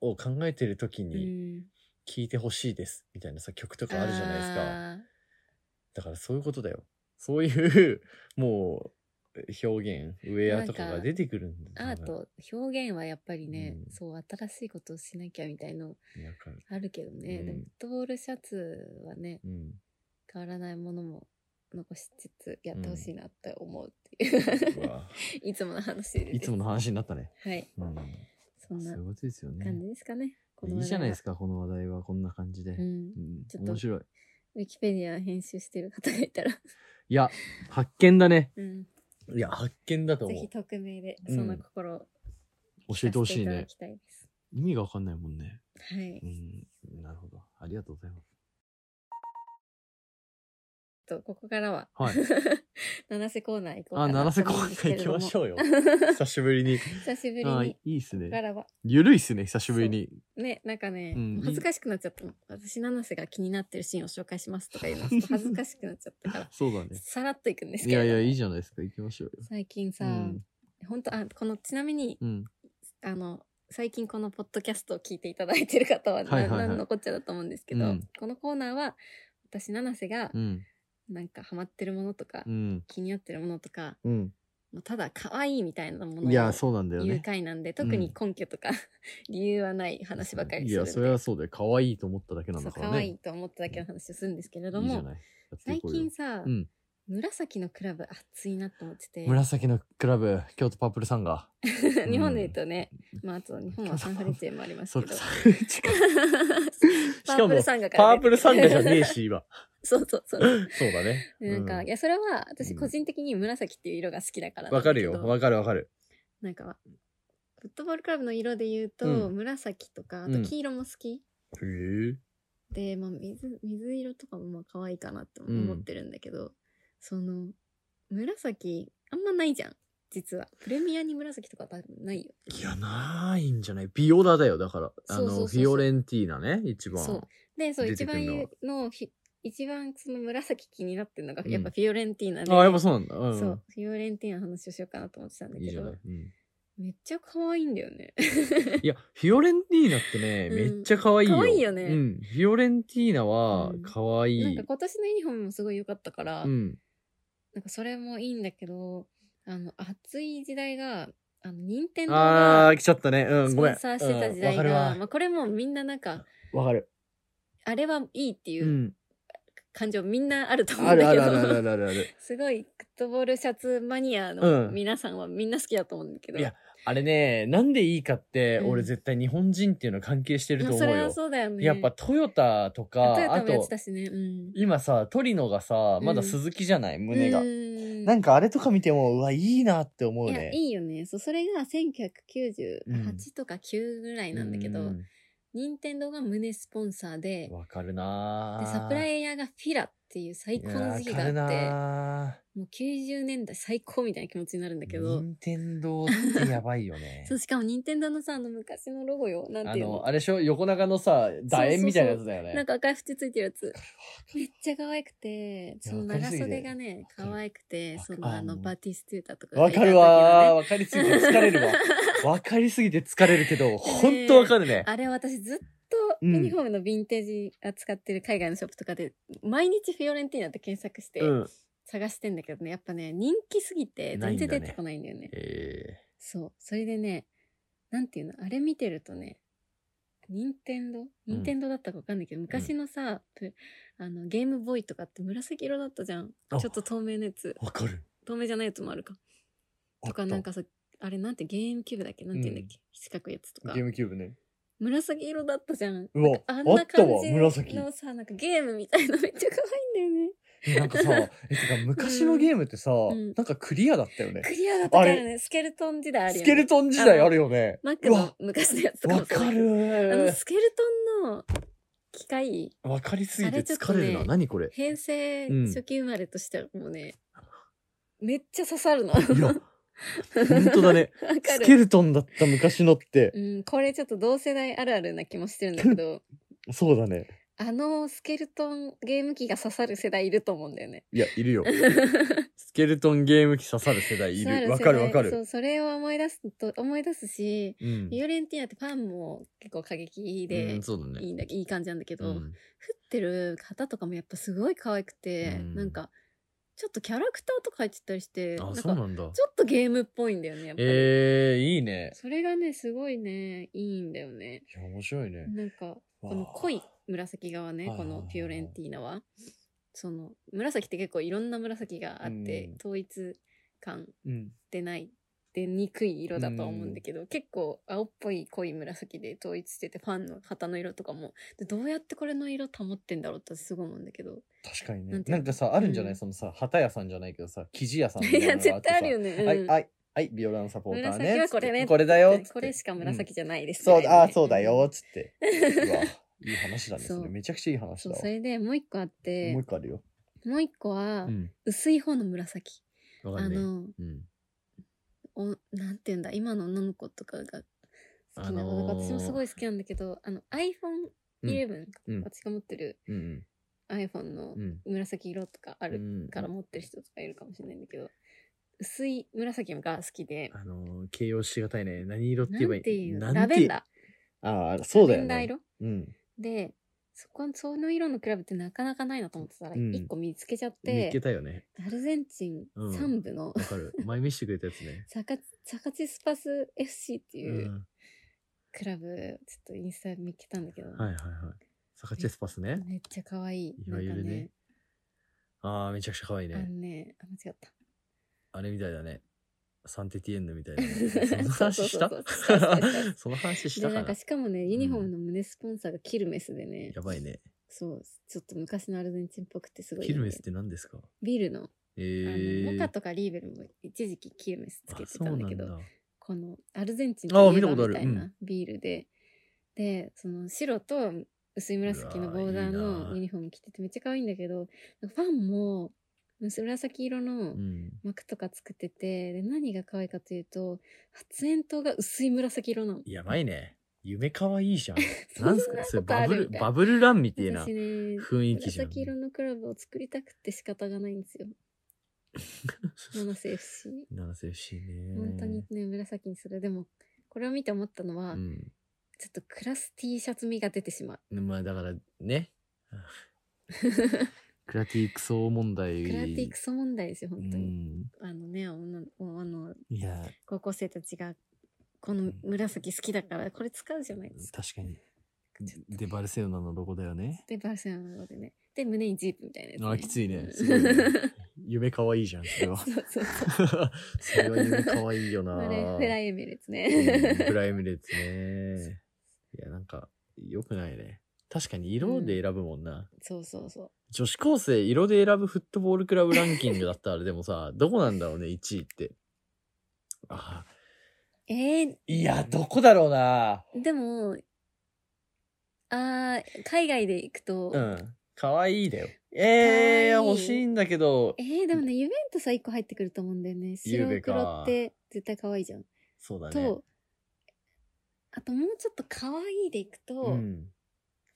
B: を考えてる時
A: う
B: に
A: ん
B: 聴いてほしいですみたいなさ曲とかあるじゃないですか
A: あー
B: だからそういうことだよそういうもう表現ウェアとかが出てくるんだ
A: アート表現はやっぱりね、
B: うん
A: そう新しいことをしなきゃみたいの
B: なんか
A: あるけどね、
B: うん
A: でもフットボールシャツはね
B: うん
A: 変わらないものも残しつつやってほしいなって思うっていう、
B: うわ
A: (laughs) いつもの話です
B: いつもの話になったね、
A: はい
B: うん、
A: そん
B: そう
A: な
B: いうことですよね
A: 感じですかね
B: いいじゃないです
A: か、
B: かこの話題はこんな感じで、
A: う
B: うん
A: ん、ちょっと
B: 面白い
A: ウィキペディア編集してる方がいたら、
B: いや発見だね
A: うん、
B: いや発見だと
A: ぜ
B: 思
A: ひ
B: う
A: 匿名で
B: うん
A: その心を
B: 教えてほし
A: 聞かせ
B: いね
A: てただきたいです、
B: 意味がわかんないもんね
A: はい
B: うん、なるほど。ありがとうございます。
A: とここからは、 (laughs)
B: はい
A: 七瀬コーナー行こう
B: あ、
A: かな
B: 七瀬コ
A: と思うんですけ
B: ー
A: れ
B: ナー行き
A: ども
B: ましょうよ。久しぶりに。
A: 久しぶり
B: あ
A: に
B: いいっす
A: ここか
B: ね。
A: らは
B: ゆるいっすね、久しぶりに。
A: ねなんかね、
B: うん
A: 恥ずかしくなっちゃったの私七瀬が気になってるシーンを紹介しますとか言うの
B: (laughs)
A: ちょっと恥ずかしくなっちゃったから
B: そうだね。
A: さらっといくんです
B: い
A: けど
B: やいや、いいじゃないですか。行きましょうよ。
A: 最近さ、
B: うん
A: ほんとあこのちなみに
B: うん。
A: あの最近このポッドキャストを聞いていただいてる方はな
B: はいはいはい
A: 何のこっちゃだと思うんですけど、
B: うん
A: このコーナーは私七瀬が
B: うん。
A: なんかハマってるものとか、
B: うん。
A: 気になってるものとか
B: うん。
A: もうただ可愛いみたいなものを
B: いや、そうなんだよ
A: 誘
B: ね。
A: 拐なんで、特に根拠とか (laughs) 理由はない話ばかり
B: い
A: するん
B: や、
A: で、
B: それはそうだよ。可愛いと思っただけなん
A: そ
B: だ
A: う
B: から
A: 可
B: ね。
A: 愛いと思っただけの話をするんですけれど
B: いいじ
A: も
B: ゃない。やってい
A: 最
B: こうよ
A: 近さ、
B: うん
A: 紫のクラブ熱いなと思ってて
B: 紫のクラブ、京都パープルさんが。
A: (laughs) 日本で言うとね、まああと日本はサンフレッチェもあります
B: そう
A: け
B: か、
A: ど
B: しか
A: (laughs) パ
B: も
A: ープルサンガから
B: パ
A: 出て
B: ープルさんがじゃねえし、今。
A: (laughs) そうそうそう
B: そうだね。
A: でなんか、
B: うん
A: いやそれは私個人的に紫っていう色が好きだからなん
B: わ
A: だ
B: か
A: け
B: る
A: ど
B: よ。わかるわかる。
A: なんかフットボールクラブの色で言うと、
B: うん
A: 紫とかあ
B: う
A: と
B: ん
A: 黄色も好き、
B: へえ。
A: で、まあ、水水色とかもまあ可愛いかなって思ってるんだけど、その紫あんまないじゃん実はプレミアに紫とか多分ないよ
B: いや、ないんじゃないビオラだよ、だから。あ
A: そうそうそうそう
B: の、フィオレンティーナね、一番。
A: そうでそう
B: 出
A: 一
B: てく
A: 番
B: んのは
A: 言うのひ一番その紫気になってるのが
B: うん
A: やっぱフィオレンティーナで、
B: あ、やっぱそうなんだ。うん。
A: そうフィオレンティーナの話をしようかなと思ってたんだ
B: いい
A: け
B: じゃ
A: ど
B: ない。うん、
A: めっちゃ可愛いんだよね
B: いや、フィオレンティーナってね、
A: うん
B: めっちゃ可愛いよ。
A: 可愛いよね
B: うん。フィオレンティーナは
A: うん、
B: 可愛
A: (laughs) なん
B: い
A: か。今年のユニフォームもすごい良かったから、
B: うん。
A: なんかそれもいいんだけどあの暑い時代があの任天堂が
B: あー、来ちゃったね。うん、
A: ス
B: ご
A: ポ
B: めん。
A: ンサーしてた時代
B: うんわかる
A: が、
B: わ
A: まあ、これもうみんななんか
B: わかる。。
A: あれはいいっていううん感情みんなあると思う
B: あ
A: ん (laughs)
B: る
A: だ
B: あ
A: け
B: るあるあるあ
A: ど
B: るあるある。
A: (laughs) すごいフットボールシャツマニアの
B: うん
A: 皆さんはみんな好きだと思うんだけど、
B: いやあれね、なんでいいかって、
A: うん
B: 俺絶対日本人っていうの関係してる
A: ま
B: と
A: あ
B: 思
A: そうれは
B: よ。
A: そうだよね
B: やっぱトヨタとか、
A: トヨ
B: あ
A: タもやって
B: と、
A: たしねうん
B: 今さ、トリノがさ、まだ
A: うん
B: 鈴木じゃない、胸が
A: う。ん
B: なんかあれとか見ても、うわ、いいなって思う
A: いやい
B: ね。
A: いよねそうそれが
B: うん
A: 1998とか9ぐらいなんだけど、
B: うん
A: 任天堂が胸スポンサーで
B: わかるな
A: でサプライヤーがフィラっていう最高の時期があってもう90年代最高みたいな気持ちになるんだけど、
B: 任天堂ってやばいよね
A: (laughs) そうしかも任天堂のさあの昔のロゴよなん
B: あ
A: ていうの
B: のあれでしょ横長のさ楕円みたいなやつだよね
A: なんか赤い縁ついてるやつめっちゃ可愛くてその長袖がね
B: わかりすぎて
A: 可愛くて
B: わか
A: そ
B: る
A: のあ
B: あ
A: の
B: の
A: バティストゥータとかが
B: わ
A: いた
B: か
A: 時のね
B: るわーわかりすぎて疲れる
A: (laughs)
B: わわかりすぎて疲れるけどほんとわかるね
A: あれ私ずっと
B: うん
A: ユニフォームのヴィンテージ扱ってる海外のショップとかで、毎日フィオレンティーナって検索して
B: うん
A: 探してんだけどねやっぱね人気すぎて
B: ない
A: 全
B: ん
A: 然
B: だね
A: 出てこないんだよね
B: え
A: そうそれでねなんていうのあれ見てるとね任天堂任天堂だったかわかんないけど、昔のさ、プあのゲームボーイとかって紫色だったじゃん
B: あ
A: ちょっと透明のやつ
B: ーわかる
A: 透明じゃないやつもあるかとかなんかさあれなんてゲームキューブだっけなんて言うんだっけ、四角いやつと
B: あ
A: か
B: ったゲームキューブね
A: 紫色だったじゃん。
B: うわ
A: あんな感じ
B: あ
A: (laughs)
B: ったわ紫
A: のさ、なんかゲームみたいなめっちゃ可愛いんだよね。
B: えなんかさえてか昔のゲームってさ、
A: ん
B: なんかクリアだったよね
A: クリアだったからね、スケルトン時代あるよ、ね。
B: スケルトン時代あるよね
A: マック
B: うわ
A: の昔のやつとか
B: わ
A: もそう
B: か
A: だけどあの
B: る
A: スケルトンの機械、
B: わかりすぎて疲
A: あれ
B: れ
A: ち
B: る
A: ょっ
B: な
A: とね
B: 何こ
A: (laughs)
B: れ
A: 平成
B: うん
A: 初期生まれとしてはもうね、めっちゃ刺さるの。
B: いや本当だね
A: (laughs) わか
B: スケ
A: る。
B: ルトンだった昔のって
A: うん、これちょっと同世代あるあるな気もしてるんだけど、
B: そうだね
A: あのスケルトンゲーム機が刺さる世代いると思うんだよね。
B: いやいるよスケルトンゲーム機刺さる世代い
A: 刺さ
B: る
A: 世
B: わ
A: 代
B: かるわか
A: そ
B: る
A: う、それを思い出すと、思い出すし、
B: うん
A: ビオレンティーナってファンも結構過激
B: う
A: で
B: ん、そうだ
A: い
B: ね
A: いんだ、いい感じなんだけ
B: う
A: ど、降っ
B: ん
A: てる方とかもやっぱすごい可愛くて、
B: うん
A: なんか、ちょっとキャラクターとか入ってたりして、な
B: あ
A: ん
B: そう
A: か、
B: なんだ
A: ちょっとゲームっぽいんだよね、やっぱり。
B: えー、いいね
A: それがね、すごいね、いいんだよね。
B: いや面白いね
A: なんか、こ
B: わ
A: の
B: あ
A: 濃い紫側ね
B: は、い
A: こ
B: はいはいはい
A: のフィオレンティーナは、その、紫って結構いろんな紫があって、
B: うん
A: 統一感
B: うん
A: 出ない出にくい色だとは思うんだけど、結構青っぽい濃い紫で統一しててファンの旗の色とかもでどうやってこれの色保ってんだろうってすごい思うんだけど
B: 確かに
A: な
B: ね
A: んていう
B: な
A: の
B: んかさあるんじゃない、
A: うん
B: そのさ旗屋さんじゃないけどさ生地屋さんみた
A: いや
B: なのが
A: 絶対あ
B: ってさ
A: るよね、
B: はい
A: うん
B: はいはいビオラのサポーターね
A: 紫はこれ
B: つっ
A: ね
B: てこれだよ
A: ってこれしか紫
B: じ
A: じゃないで
B: ゃ
A: す、
B: そう
A: みたいな
B: だあ
A: ね
B: そうだよっつって
A: うん
B: うわいい話だね
A: そう
B: それめちゃくちゃいい話
A: そ
B: だ
A: う
B: わ
A: それでもう一個あっ
B: もう
A: て
B: 一個あるよ
A: もう一個は
B: うん
A: 薄い方の紫、
B: わ
A: あの
B: うん
A: おなんていうんだ今の女の子とかが好きな、
B: あのー
A: 私もすごい好きなんだけどあの iPhone11、
B: うん
A: 私が持ってる
B: うん
A: iPhone の
B: うん
A: 紫色とかある
B: うん
A: から持ってる人とかいるかもしれないんだけど、薄い紫が好きで、
B: あのー形容しがたいね何色って言えば
A: ないん
B: い
A: ていう
B: なん
A: ラベンダ
B: ああ
A: ー。
B: そうだ
A: ラ
B: よ
A: ベン
B: ね
A: ダー
B: うん
A: 色で、そこ、その色のクラブってなかなかないなと思ってたら、
B: うん
A: 一個見つけちゃっ
B: 見
A: て
B: つけ、たよね
A: アルゼンチン
B: うん
A: 3部の、
B: わかる前見してくれたや
A: (laughs)
B: つね
A: サカサカチスパス FC っていううんクラブ、ちょっとインスタ見つけたんだけど、
B: はいはいはいサカチェスパスね
A: めっちゃ可愛い。
B: いわゆるねああめちゃくちゃ可愛い
A: なんかね、あ
B: ね
A: のね、あ、間違った。
B: あれみたいだねサンテティエンヌ
A: (laughs)
B: みたいなねその
A: そうそうそ
B: 話し
A: う
B: た
A: そうしたしたした
B: (laughs) その話した
A: で、なん
B: かな
A: かしかもね、ユニフォームの胸スポンサーがキルメスでね、
B: やばいね
A: そう、ちょっと昔のアルゼンチンっぽくてすごい
B: キ
A: よね、
B: ルメスって何ですか
A: ビールの、
B: え
A: あ
B: ー
A: のモカとかリーベルも一時期キルメスつけてたんだけ
B: あそう
A: ど、
B: なんだ
A: このアルゼンチン
B: あ見たことある
A: みたいな
B: うん
A: ビールで、で、その白と薄い紫のボーダー
B: うわーいい
A: の
B: な
A: ユニフォーム着ててめっちゃ可愛いんだけど、ファンも薄紫色の
B: うん
A: 膜とか作ってて、で、何が可愛いかというと、発煙筒が薄い紫色なの。
B: やばいね夢可愛
A: (laughs)
B: いじゃん
A: そんな
B: なんすかそれ
A: ことあ
B: バ
A: るみ
B: ブル
A: たいな
B: バブルランみたいな
A: 私ね、
B: 雰囲気じゃん
A: 紫色のクラブを作りたくて仕方がないんですよ。七瀬 FC。
B: 七瀬 FC ね
A: 本当にね、紫にする。でも、これを見て思ったのは、
B: うん
A: ちょっとクラス T シャツ味が出てしまう。
B: まあだから
A: (laughs)
B: ねクラティクソ問題
A: クラティクソ問題ですよ、本当に。
B: うん
A: あのね、女のあの
B: いや
A: 高校生たちが、この紫好きだから、これ使うじゃないですか。
B: 確かに
A: ちょっと
B: で、バルセロナのロゴだよね。
A: で、バルセロナのロゴでね。で、胸にジープみたいなやつ、
B: あ、きついね。
A: うん
B: すごいね夢可愛いじゃん、それは。
A: そうそうそう。
B: (laughs) それは夢可愛いよな。
A: (laughs) あれ、フライエミレッツ
B: うん
A: ね。
B: プライムレッツね。いや、なんか、良くないね。確かに色で選ぶもんな。
A: そうそうそう。
B: 女子高生色で選ぶフットボールクラブランキングだったら、でもさ、どこなんだろうね、1位って。あ
A: えー、
B: いや、どこだろうな。
A: でも、あー海外で行くと、
B: うん。可愛いだよ。ええ
A: 可愛い
B: 欲しいんだけど、
A: えー、でもね、ユベントさ、1個入ってくると思うんだよね。
B: ゆう
A: 白
B: べか
A: 黒って絶対可愛いじゃん。
B: そうだね。
A: と、あともうちょっと可愛いで行くと、
B: うん。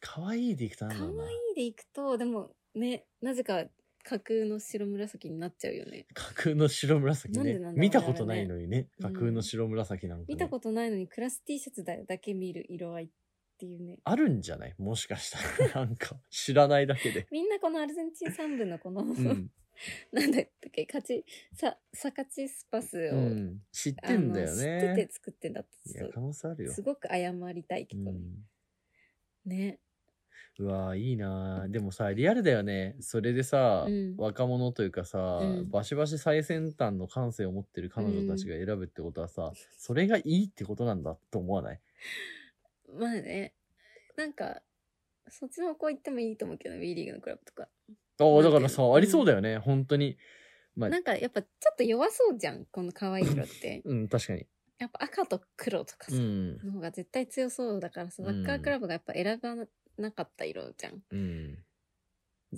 B: 可愛いでいくとなんだ
A: 可
B: ろうな。
A: 愛いで行くと、でもね、なぜか架空の白紫になっちゃうよね。
B: 架空の白紫
A: なん
B: ね
A: でなんだろうね
B: 見たことないのにね。
A: う
B: 架
A: ん
B: 空の白紫なんか、ね
A: 見たことないのにクラス T シャツだだけ見る色合いっていうね。
B: あるんじゃないもしかしたら。 (laughs) なんか、知らないだ
A: (laughs)
B: けで。
A: みんなこのアルゼンチン3部のこの、
B: うん。
A: (laughs) なんだっけ、勝ち、さ、サカチスパス
B: う
A: を、
B: ん、知ってんだよね。
A: あの知ってて作ってんだって
B: いや、可能性あるよ
A: す。ごく謝りたいけ
B: う
A: どね。
B: ん
A: ね。
B: うわーいいなーでもさリアルだよねそれでさ、
A: うん
B: 若者というかさ、
A: うん
B: バシバシ最先端の感性を持ってる彼女たちが選ぶってことはさ、それがいいってことなんだと思わない
A: まあね。なんか、そっちの子行ってもいいと思うけど、B リーグのクラブとか。
B: あーだからさ、
A: うん
B: ありそうだよね本当にまあ
A: なんかやっぱちょっと弱そうじゃん、この可愛い色って。
B: うん確かに
A: やっぱ赤と黒とか
B: う
A: さ、
B: ん
A: の方が絶対強そうだからさ、サッカークラブがやっぱ選ばなかった色じゃん。
B: うん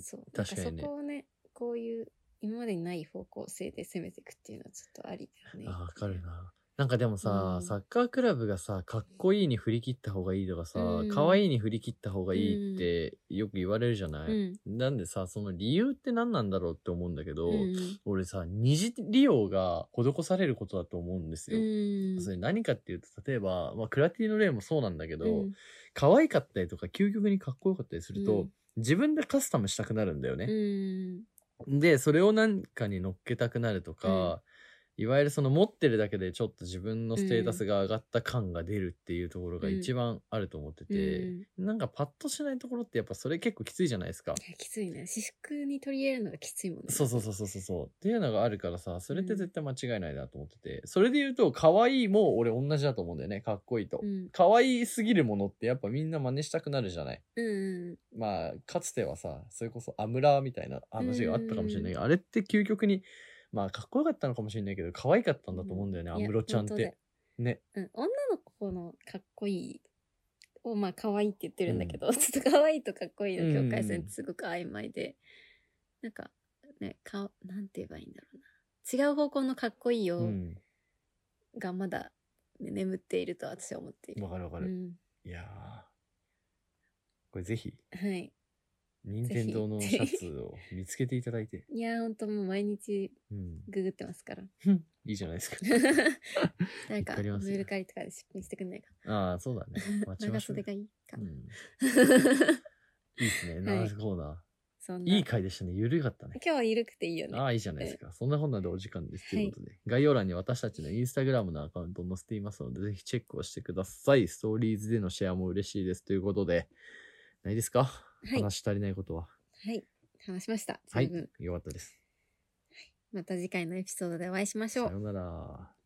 A: そう。なん
B: 確かにね
A: そこをね、こういう、今までにない方向性で攻めていくっていうのはちょっとありだよね。
B: (laughs) あーわかるななんかでもさ、
A: うん
B: サッカークラブがさかっこいいに振り切った方がいいとかさ、
A: うん
B: 可愛いに振り切った方がいいってよく言われるじゃない、
A: うん。
B: なんでさその理由って何なんだろうって思うんだけど、
A: うん。
B: 俺さ二次利用が施されることだと思うんですよ。
A: うん。
B: それ何かっていうと例えば、まあ、クラティの例もそうなんだけど、
A: うん
B: 可愛かったりとか究極にかっこよかったりすると、
A: うん
B: 自分でカスタムしたくなるんだよ
A: う
B: ね。
A: ん。
B: でそれを何かに乗っけたくなるとか、いわゆるその持ってるだけでちょっと自分のステータスが上がった感が出るっていうところが一番あると思って
A: う
B: て、
A: ん
B: なんかパッとしないところってやっぱそれ結構きついじゃないですか。
A: いやきついね。私服に取り入れるのがきついもんね。
B: そうそうそうそうそうそう。っていうのがあるからさ、それって絶対間違いないなと思ってて。それで言うと、可愛いも俺同じだと思うんだよね。かっこいいと。
A: うん。
B: 可愛いすぎるものってやっぱみんな真似したくなるじゃない。
A: うん。
B: まあ、かつてはさ、それこそアムラーみたいな話があったかもしれないけど、あれって究極に、まあ、かっこよかったのかもしれないけど、可愛かったんだと思うんだよね、
A: う
B: アムロちゃんっ。
A: いや
B: て。ね。
A: 本当だようん。女の子のかっこいいを、まあ、可愛いって言ってるんだけど、ちょっと可愛いとかっこいいの境界線ってすごく曖昧で、なんか、ね、顔、なんて言えばいいんだろうな。違う方向のかっこいいうよ
B: ん。
A: がまだ、ね眠っていると私は思っている。
B: わかるわか
A: う
B: る。
A: ん。
B: いやー。これぜひ、
A: はい。
B: 任天堂の
A: ぜ
B: シ
A: ひ
B: ャツを見つけていただいて。
A: いやー、ほんともう毎日
B: うん。
A: ググってます
B: (laughs)
A: から。
B: いいじゃな
A: (laughs)
B: いですか。
A: なんか、
B: わかりますよ
A: メルカリとかで出品してくんないか。
B: ああ、そうだね。待ちま
A: 長
B: しょ
A: (laughs)
B: う
A: 袖がいいか
B: う。ん、いいですね。
A: はい
B: ナースコーナー。
A: (laughs) そんない
B: い回でしたね。ゆるかったね。
A: 今日は緩くていいよね。
B: ああ、いいじゃないですか。そんなこんなでお時間です。と
A: はい
B: いうことで、概要欄に私たちのインスタグラムのアカウントを載せていますので、ぜひチェックをしてください。ストーリーズでのシェアも嬉しいです。ということで、ないですか、
A: い
B: 話足りないことは。
A: はい。話しました。
B: は
A: 十
B: い
A: 分。。
B: よかったです。
A: また次回のエピソードでお会いしまし
B: さ
A: ょう。
B: ようなら。